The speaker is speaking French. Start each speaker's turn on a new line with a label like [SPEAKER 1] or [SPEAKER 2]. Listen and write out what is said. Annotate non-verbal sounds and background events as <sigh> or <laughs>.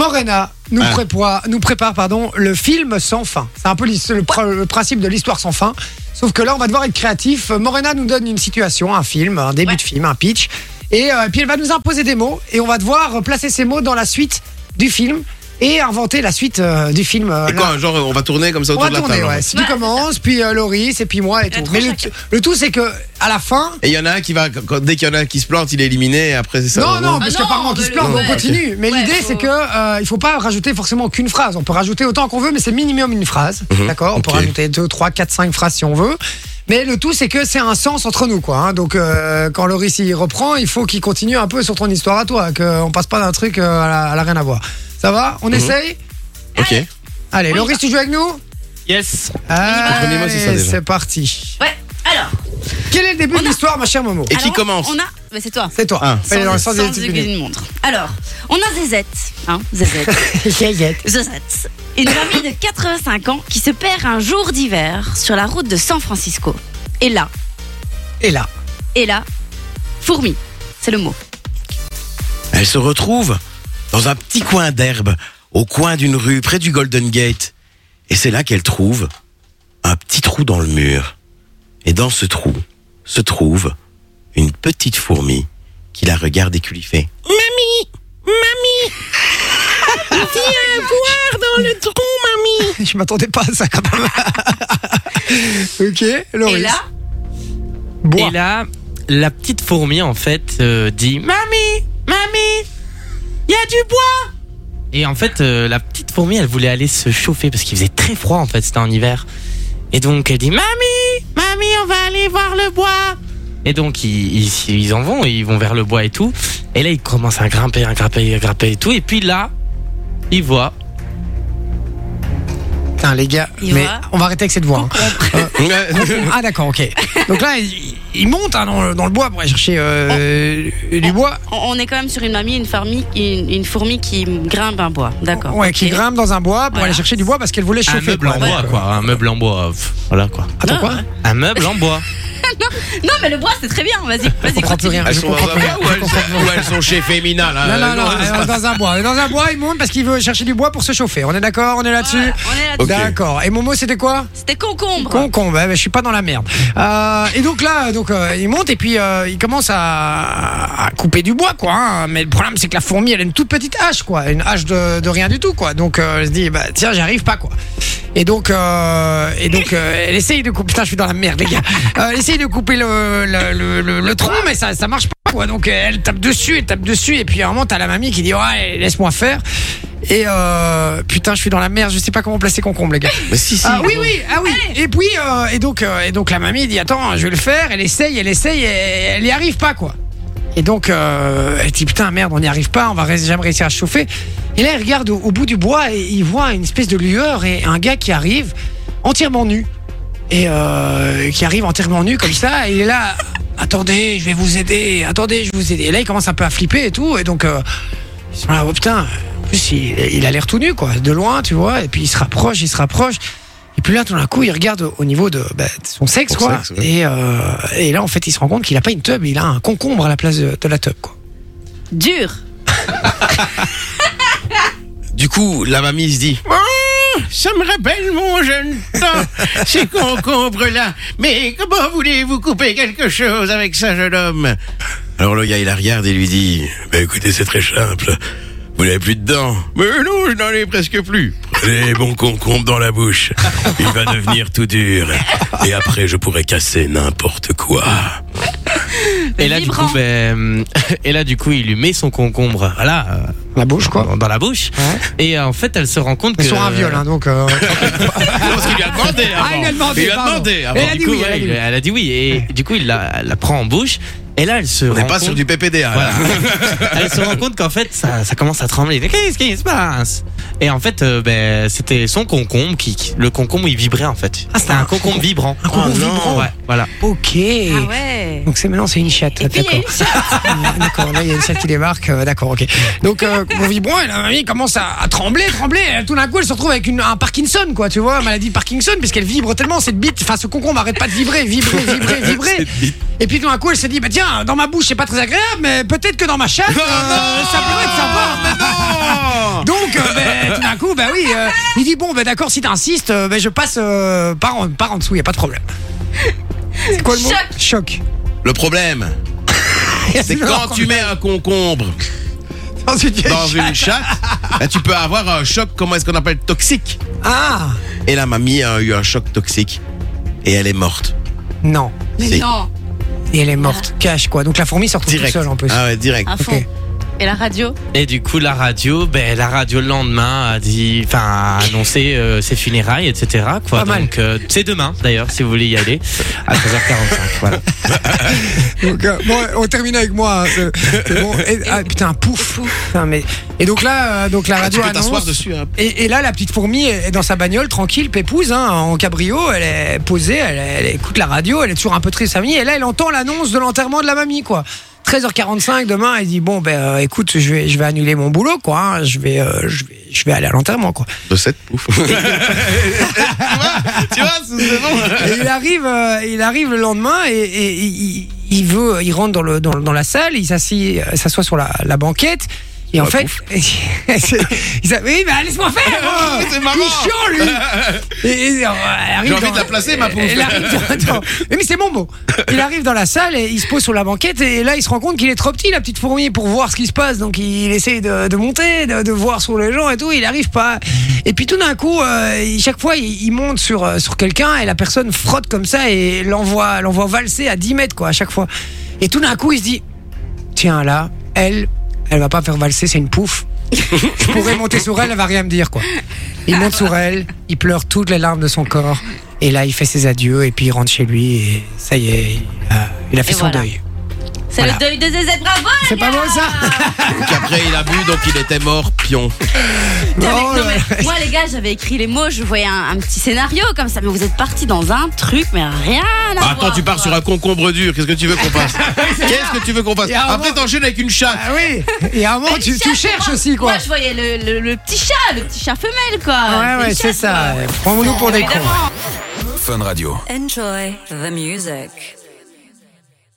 [SPEAKER 1] Morena nous,
[SPEAKER 2] Ah.
[SPEAKER 1] prépare, nous prépare pardon, le film sans fin. C'est un peu l'his- le, pr- le principe de l'histoire sans fin. Sauf que là, on va devoir être créatif. Morena nous donne une situation, un film, un début
[SPEAKER 3] Ouais.
[SPEAKER 1] de film, un pitch. Et euh, puis elle va nous imposer des mots et on va devoir euh, placer ces mots dans la suite du film et inventer la suite euh, du film. euh,
[SPEAKER 2] Et
[SPEAKER 1] là.
[SPEAKER 2] quoi, genre, on va tourner comme ça
[SPEAKER 1] on
[SPEAKER 2] autour
[SPEAKER 1] va
[SPEAKER 2] de la
[SPEAKER 1] tourner,
[SPEAKER 2] table.
[SPEAKER 1] ouais.
[SPEAKER 2] hein.
[SPEAKER 1] Si
[SPEAKER 3] Ouais,
[SPEAKER 1] tu commences, puis euh, Loris, et puis moi et tout.
[SPEAKER 3] trop
[SPEAKER 1] Mais le,
[SPEAKER 3] chacun.
[SPEAKER 1] le tout, c'est que à la fin,
[SPEAKER 2] Et il y en a un qui va, quand- dès qu'il y en a un qui se plante, il est éliminé. Et après, c'est ça.
[SPEAKER 1] Non, non,
[SPEAKER 2] vraiment.
[SPEAKER 1] parce
[SPEAKER 3] Ah non,
[SPEAKER 1] qu'apparemment, qui se
[SPEAKER 3] mais
[SPEAKER 1] plante,
[SPEAKER 3] le-
[SPEAKER 1] on
[SPEAKER 3] ouais.
[SPEAKER 1] continue. Mais
[SPEAKER 3] Ouais,
[SPEAKER 1] l'idée,
[SPEAKER 3] faut-
[SPEAKER 1] c'est que euh, il faut pas rajouter forcément qu'une phrase. On peut rajouter autant qu'on veut, mais c'est minimum une phrase. D'accord On peut
[SPEAKER 2] Mhm. ok.
[SPEAKER 1] rajouter 2, 3, 4, 5 phrases si on veut. Mais le tout, c'est que c'est un sens entre nous, quoi. hein. Donc, euh, quand Loris y reprend, il faut qu'il continue un peu sur ton histoire à toi, qu'on passe pas d'un truc euh, à, la, à la rien à voir. Ça va
[SPEAKER 2] Mhm.
[SPEAKER 1] On essaye
[SPEAKER 2] Ok.
[SPEAKER 3] Allez.
[SPEAKER 1] Allez,
[SPEAKER 3] On y
[SPEAKER 1] Loris,
[SPEAKER 3] va.
[SPEAKER 1] tu joues avec nous
[SPEAKER 4] Yes.
[SPEAKER 2] premier mot, c'est ça,
[SPEAKER 1] Allez,
[SPEAKER 2] déjà.
[SPEAKER 1] c'est parti.
[SPEAKER 3] Ouais, alors.
[SPEAKER 1] Quel est le début de l'histoire, ma chère Momo
[SPEAKER 2] Et qui
[SPEAKER 3] alors,
[SPEAKER 2] commence
[SPEAKER 3] On a. Bah, c'est toi.
[SPEAKER 1] C'est toi.
[SPEAKER 2] Ah.
[SPEAKER 1] Fais dans le sens
[SPEAKER 3] sans
[SPEAKER 1] des
[SPEAKER 3] sans aiguille
[SPEAKER 1] études.
[SPEAKER 3] d'une montre. Alors, on a Zézette. Hein, Zézette.
[SPEAKER 2] <laughs>
[SPEAKER 3] Zézette. Une famille de 85 ans qui se perd un jour d'hiver sur la route de San Francisco. Et là,
[SPEAKER 1] <laughs> Et là,
[SPEAKER 3] et là, fourmi. C'est le mot.
[SPEAKER 2] Elle se retrouve dans un petit coin d'herbe, au coin d'une rue, près du Golden Gate. Et c'est là qu'elle trouve un petit trou dans le mur. Et dans ce trou se trouve une petite fourmi qui la regarde éculifée.
[SPEAKER 1] <laughs> je m'attendais pas à ça quand <laughs> même. ok, Loris.
[SPEAKER 3] Et là,
[SPEAKER 1] Bois.
[SPEAKER 4] Et là, la petite fourmi, en fait, euh, dit Mamie, mamie, il y a du bois Et en fait, euh, la petite fourmi, elle voulait aller se chauffer parce qu'il faisait très froid, en fait, c'était en hiver. Et donc, elle dit Mamie, mamie, on va aller voir le bois et donc ils, ils- ils en vont, ils vont vers le bois et tout. Et là ils commencent à grimper, à grimper, à grimper et tout. Et puis là, ils voient.
[SPEAKER 1] Putain, les gars,
[SPEAKER 3] Il
[SPEAKER 1] mais
[SPEAKER 3] va.
[SPEAKER 1] on va arrêter avec cette voix. hein.
[SPEAKER 3] <laughs>
[SPEAKER 1] Ah, d'accord, ok. Donc là, il, il monte hein, dans, le- dans le bois pour aller chercher euh, du bois.
[SPEAKER 3] on, on est quand même sur une mamie, une, famille, une, une fourmi qui grimpe un bois. D'accord.
[SPEAKER 1] Ouais, qui
[SPEAKER 3] ok.
[SPEAKER 1] grimpe dans un bois pour
[SPEAKER 3] Voilà.
[SPEAKER 1] aller chercher du bois parce qu'elle voulait
[SPEAKER 4] Un
[SPEAKER 1] chauffer.
[SPEAKER 4] meuble en bois, quoi. Un meuble en bois. pff, Voilà, quoi.
[SPEAKER 1] Attends, quoi
[SPEAKER 4] Un meuble en bois.
[SPEAKER 3] Non, mais le bois, c'est très bien. Vas-y, vas-y,
[SPEAKER 1] comprends plus
[SPEAKER 3] continue.
[SPEAKER 1] rien.
[SPEAKER 2] Elles
[SPEAKER 1] Je
[SPEAKER 2] sont dans un
[SPEAKER 1] comprends
[SPEAKER 2] bois ou elles sont- ou elles sont chez Femina
[SPEAKER 3] Ah.
[SPEAKER 1] Non,
[SPEAKER 2] là
[SPEAKER 4] Ah,
[SPEAKER 1] non,
[SPEAKER 2] euh,
[SPEAKER 1] non, elle est dans un bois. Elle est Dans un bois, il monte parce qu'il veut chercher du bois pour se chauffer. On est d'accord On est là-dessus
[SPEAKER 3] Voilà, on est là-dessus.
[SPEAKER 2] Ok.
[SPEAKER 1] D'accord. Et Momo, c'était quoi
[SPEAKER 3] C'était concombre.
[SPEAKER 1] Concombre, ouais, mais bah, je suis pas dans la merde. Euh, et donc là, donc euh, il monte et puis euh, il commence à, à couper du bois, quoi. hein. Mais le problème, c'est que la fourmi, elle a une toute petite hache, quoi. Une hache de, de rien du tout, quoi. Donc euh, elle se dit, bah tiens, j'y arrive pas, quoi. Et donc, euh, et donc, euh, elle essaye de couper. Putain, je suis dans la merde, les gars. Euh, elle essaye de couper le, le, le, le- le tronc, mais ça, ça marche pas, quoi. Donc euh, elle tape dessus, elle tape dessus, et puis à un moment, t'as la mamie qui dit, ouais, laisse-moi faire. Et euh, putain, je suis dans la merde, je sais pas comment placer concombre, les gars.
[SPEAKER 2] Mais si, si.
[SPEAKER 1] Ah oui, oui, ah oui. Et puis, euh, et, donc, euh, et donc la mamie dit Attends, je vais le faire. Elle essaye, elle essaye, et elle y arrive pas, quoi. Et donc, euh, elle dit Putain, merde, on n'y arrive pas, on va ré- jamais réussir à se chauffer. Et là, il regarde au, au bout du bois et il voit une espèce de lueur et un gars qui arrive entièrement nu. Et euh, qui arrive entièrement nu comme ça. Et il est là Attendez, je vais vous aider, attendez, je vais vous aider. Et là, il commence un peu à flipper et tout. Et donc. euh, ils sont là, oh putain. En plus, il, il a l'air tout nu, quoi, de loin, tu vois. Et puis il se rapproche, il se rapproche. Et puis là, tout d'un coup, il regarde au niveau de, bah, de son sexe,
[SPEAKER 2] Son
[SPEAKER 1] quoi.
[SPEAKER 2] sexe, ouais.
[SPEAKER 1] et, euh, et là, en fait, il se rend compte qu'il a pas une tub, il a un concombre à la place de, de la tub, quoi.
[SPEAKER 3] Dur.
[SPEAKER 2] Du coup, la mamie se dit Ah, Ça me rappelle mon jeune <laughs> temps, ces concombres là. Mais comment voulez-vous couper quelque chose avec ça, jeune homme Alors le gars, il la regarde et lui dit Bah écoutez, c'est très simple. Vous n'avez plus de dents. Mais non, je n'en ai presque plus. Prenez mon concombre dans la bouche. Il va devenir tout dur. Et après, je pourrai casser n'importe quoi.
[SPEAKER 4] Et là, du
[SPEAKER 3] Vibrant.
[SPEAKER 4] coup, ben, <laughs> et là, du coup, il lui met son concombre, voilà,
[SPEAKER 1] La bouche,
[SPEAKER 2] Ah,
[SPEAKER 1] quoi.
[SPEAKER 4] euh, dans la bouche.
[SPEAKER 1] Ouais.
[SPEAKER 4] Et euh, en fait, elle se rend compte
[SPEAKER 1] Mais
[SPEAKER 4] que.
[SPEAKER 1] sur un viol, hein, donc.
[SPEAKER 2] <laughs>
[SPEAKER 1] euh,
[SPEAKER 2] Parce qu'il lui a demandé
[SPEAKER 1] Ah, il lui a demandé, pardon.
[SPEAKER 2] avant.
[SPEAKER 1] Elle a dit
[SPEAKER 4] Ah, Du coup,
[SPEAKER 1] oui, elle a
[SPEAKER 4] ouais,
[SPEAKER 1] dit
[SPEAKER 4] il-
[SPEAKER 1] oui.
[SPEAKER 4] elle a dit oui. Et du coup, il la, la prend en bouche. Et là, elle se
[SPEAKER 2] On
[SPEAKER 4] rend
[SPEAKER 2] n'est pas
[SPEAKER 4] compte.
[SPEAKER 2] sur du PPDA.
[SPEAKER 4] Voilà.
[SPEAKER 2] là.
[SPEAKER 4] <laughs> elle se rend compte qu'en fait, ça, ça commence à trembler. Mais Qu'est-ce qui se passe Et en fait, euh, ben, c'était son concombre qui, qui- le concombre, il vibrait en fait.
[SPEAKER 1] Ah, c'était
[SPEAKER 4] c'était
[SPEAKER 1] un
[SPEAKER 4] un concombre vibrant.
[SPEAKER 1] Un concombre
[SPEAKER 4] Oh, non.
[SPEAKER 1] vibrant.
[SPEAKER 4] Ouais, voilà.
[SPEAKER 1] ok.
[SPEAKER 3] Ah ouais.
[SPEAKER 1] Donc c'est maintenant c'est une chatte,
[SPEAKER 3] Et puis, il y a
[SPEAKER 1] d'accord. <laughs> D'accord, là il y a une chatte qui débarque, euh, d'accord, ok. Donc euh, mon vibrant, et la mamie commence à, à trembler, trembler. Et tout d'un coup, elle se retrouve avec une, un Parkinson, quoi, tu vois, maladie de Parkinson, puisqu'elle vibre tellement cette bite, enfin ce concombre arrête pas de vibrer, vibrer,
[SPEAKER 2] <laughs>
[SPEAKER 1] vibrer, vibrer. Et puis tout d'un coup, elle se dit, bah tiens, dans ma
[SPEAKER 2] <laughs>
[SPEAKER 1] Ah, bouche c'est pas très agréable, mais peut-être que dans ma chatte, euh, ça pourrait être sympa. Donc bah oui, euh, il dit bon, bah d'accord, si t'insistes, euh, bah, je passe euh, par, en, par en dessous, y a pas de problème. C'est quoi le mot Choc.
[SPEAKER 2] Le problème, c'est quand tu mets un concombre
[SPEAKER 1] Dans une vieille
[SPEAKER 2] dans
[SPEAKER 1] chatte.
[SPEAKER 2] une chatte, là, tu peux avoir un choc, comment est-ce qu'on appelle, toxique.
[SPEAKER 1] Ah
[SPEAKER 2] Et la mamie a eu un choc toxique. Et elle est morte.
[SPEAKER 1] Non.
[SPEAKER 3] Mais
[SPEAKER 2] Si.
[SPEAKER 3] non,
[SPEAKER 1] Et elle est morte, cache quoi. Donc la fourmi sort toute
[SPEAKER 2] Direct.
[SPEAKER 1] seule en plus.
[SPEAKER 2] Ah ouais, direct.
[SPEAKER 3] à fond.
[SPEAKER 1] Ok.
[SPEAKER 3] Et la radio
[SPEAKER 4] Et du coup, la radio, ben, la radio le lendemain a dit, enfin, a annoncé euh, ses funérailles, etc. Quoi.
[SPEAKER 1] Pas mal.
[SPEAKER 4] Donc, euh, c'est demain, d'ailleurs, si vous voulez y aller, à 13h45. voilà.
[SPEAKER 1] Donc, euh, bon, on termine avec moi. hein, c'est- c'est bon. Et- ah, putain, pouf. Putain, mais... Et donc là, euh, donc la
[SPEAKER 2] Ah, tu
[SPEAKER 1] radio
[SPEAKER 2] peux t'asseoir
[SPEAKER 1] annonce.
[SPEAKER 2] dessus. hein.
[SPEAKER 1] Et, et là, la petite fourmi est dans sa bagnole, tranquille, pépouse, hein, en cabrio. Elle est posée, elle, elle écoute la radio, elle est toujours un peu triste, sa famille. Et là, elle entend l'annonce de l'enterrement de la mamie, quoi. 13h45 demain, elle dit bon ben euh, écoute, je vais je vais annuler mon boulot, quoi. hein, je vais euh, je vais je vais aller à l'enterrement, quoi.
[SPEAKER 2] De cette pouf. tu vois, tu vois, c'est bon.
[SPEAKER 1] Et il arrive, euh, il arrive le lendemain et, et il, il veut, il rentre dans, le, dans, dans la salle, il s'assit- euh, s'assoit sur la, la banquette. Et en fait, <laughs> il s'est- oui, mais laisse-moi faire! hein.
[SPEAKER 2] Ah, C'est marrant.
[SPEAKER 1] Il est chiant,
[SPEAKER 2] <laughs>
[SPEAKER 1] lui! Et- et, euh, elle arrive
[SPEAKER 2] J'ai envie
[SPEAKER 1] dans-
[SPEAKER 2] de la placer, ma pauvre.
[SPEAKER 1] Elle arrive dans-
[SPEAKER 2] <laughs>
[SPEAKER 1] dans- Mais c'est mon mot! Il arrive dans la salle et il se pose sur la banquette et là, il se rend compte qu'il est trop petit, la petite fourmi, pour voir ce qui se passe. Donc, il essaie de, de monter, de, de voir sur les gens et tout, il n'arrive pas. Et puis, tout d'un coup, euh, il- chaque fois, il, il monte sur, euh, sur quelqu'un et la personne frotte comme ça et l'envoie l'envoie valser à 10 mètres, quoi, à chaque fois. Et tout d'un coup, il se dit tiens là, elle, elle va pas faire valser, c'est une pouffe. Je pourrais monter sur elle, elle va rien me dire quoi. Il monte sur elle, il pleure toutes les larmes de son corps, et là il fait ses adieux et puis il rentre chez lui et ça y est, il a, il a fait
[SPEAKER 3] Et
[SPEAKER 1] son
[SPEAKER 3] voilà.
[SPEAKER 1] deuil.
[SPEAKER 3] C'est
[SPEAKER 1] Voilà.
[SPEAKER 3] le deuil de Zézé, bravo les
[SPEAKER 1] C'est pas
[SPEAKER 3] gars
[SPEAKER 1] bon ça
[SPEAKER 2] Donc après, il a bu, donc il était mort, pion.
[SPEAKER 3] Putain, mais-
[SPEAKER 1] Oh
[SPEAKER 3] non,
[SPEAKER 1] là
[SPEAKER 3] mais Moi les gars, j'avais écrit les mots, je voyais un, un petit scénario comme ça, mais vous êtes partis dans un truc, mais rien à
[SPEAKER 1] Ah,
[SPEAKER 3] voir.
[SPEAKER 2] Bah, Attends, tu pars
[SPEAKER 3] quoi.
[SPEAKER 2] sur un concombre dur. Qu'est-ce que tu veux
[SPEAKER 1] <laughs>
[SPEAKER 2] qu'on fasse Qu'est-ce que tu veux qu'on fasse
[SPEAKER 1] Il y a un
[SPEAKER 2] Après,
[SPEAKER 1] moment-
[SPEAKER 2] t'enchaînes avec une chatte.
[SPEAKER 1] <laughs> Ah oui Et à un moment
[SPEAKER 3] Le
[SPEAKER 1] tu, tu
[SPEAKER 3] chat,
[SPEAKER 1] cherches
[SPEAKER 3] moi-
[SPEAKER 1] aussi quoi
[SPEAKER 3] Moi je voyais le, le- le petit chat, le petit chat femelle quoi.
[SPEAKER 1] Ouais ouais
[SPEAKER 3] Les
[SPEAKER 1] c'est
[SPEAKER 3] chats,
[SPEAKER 1] ça, prends-nous pour des cons.
[SPEAKER 3] Évidemment.
[SPEAKER 5] Fun Radio.
[SPEAKER 6] Enjoy the music.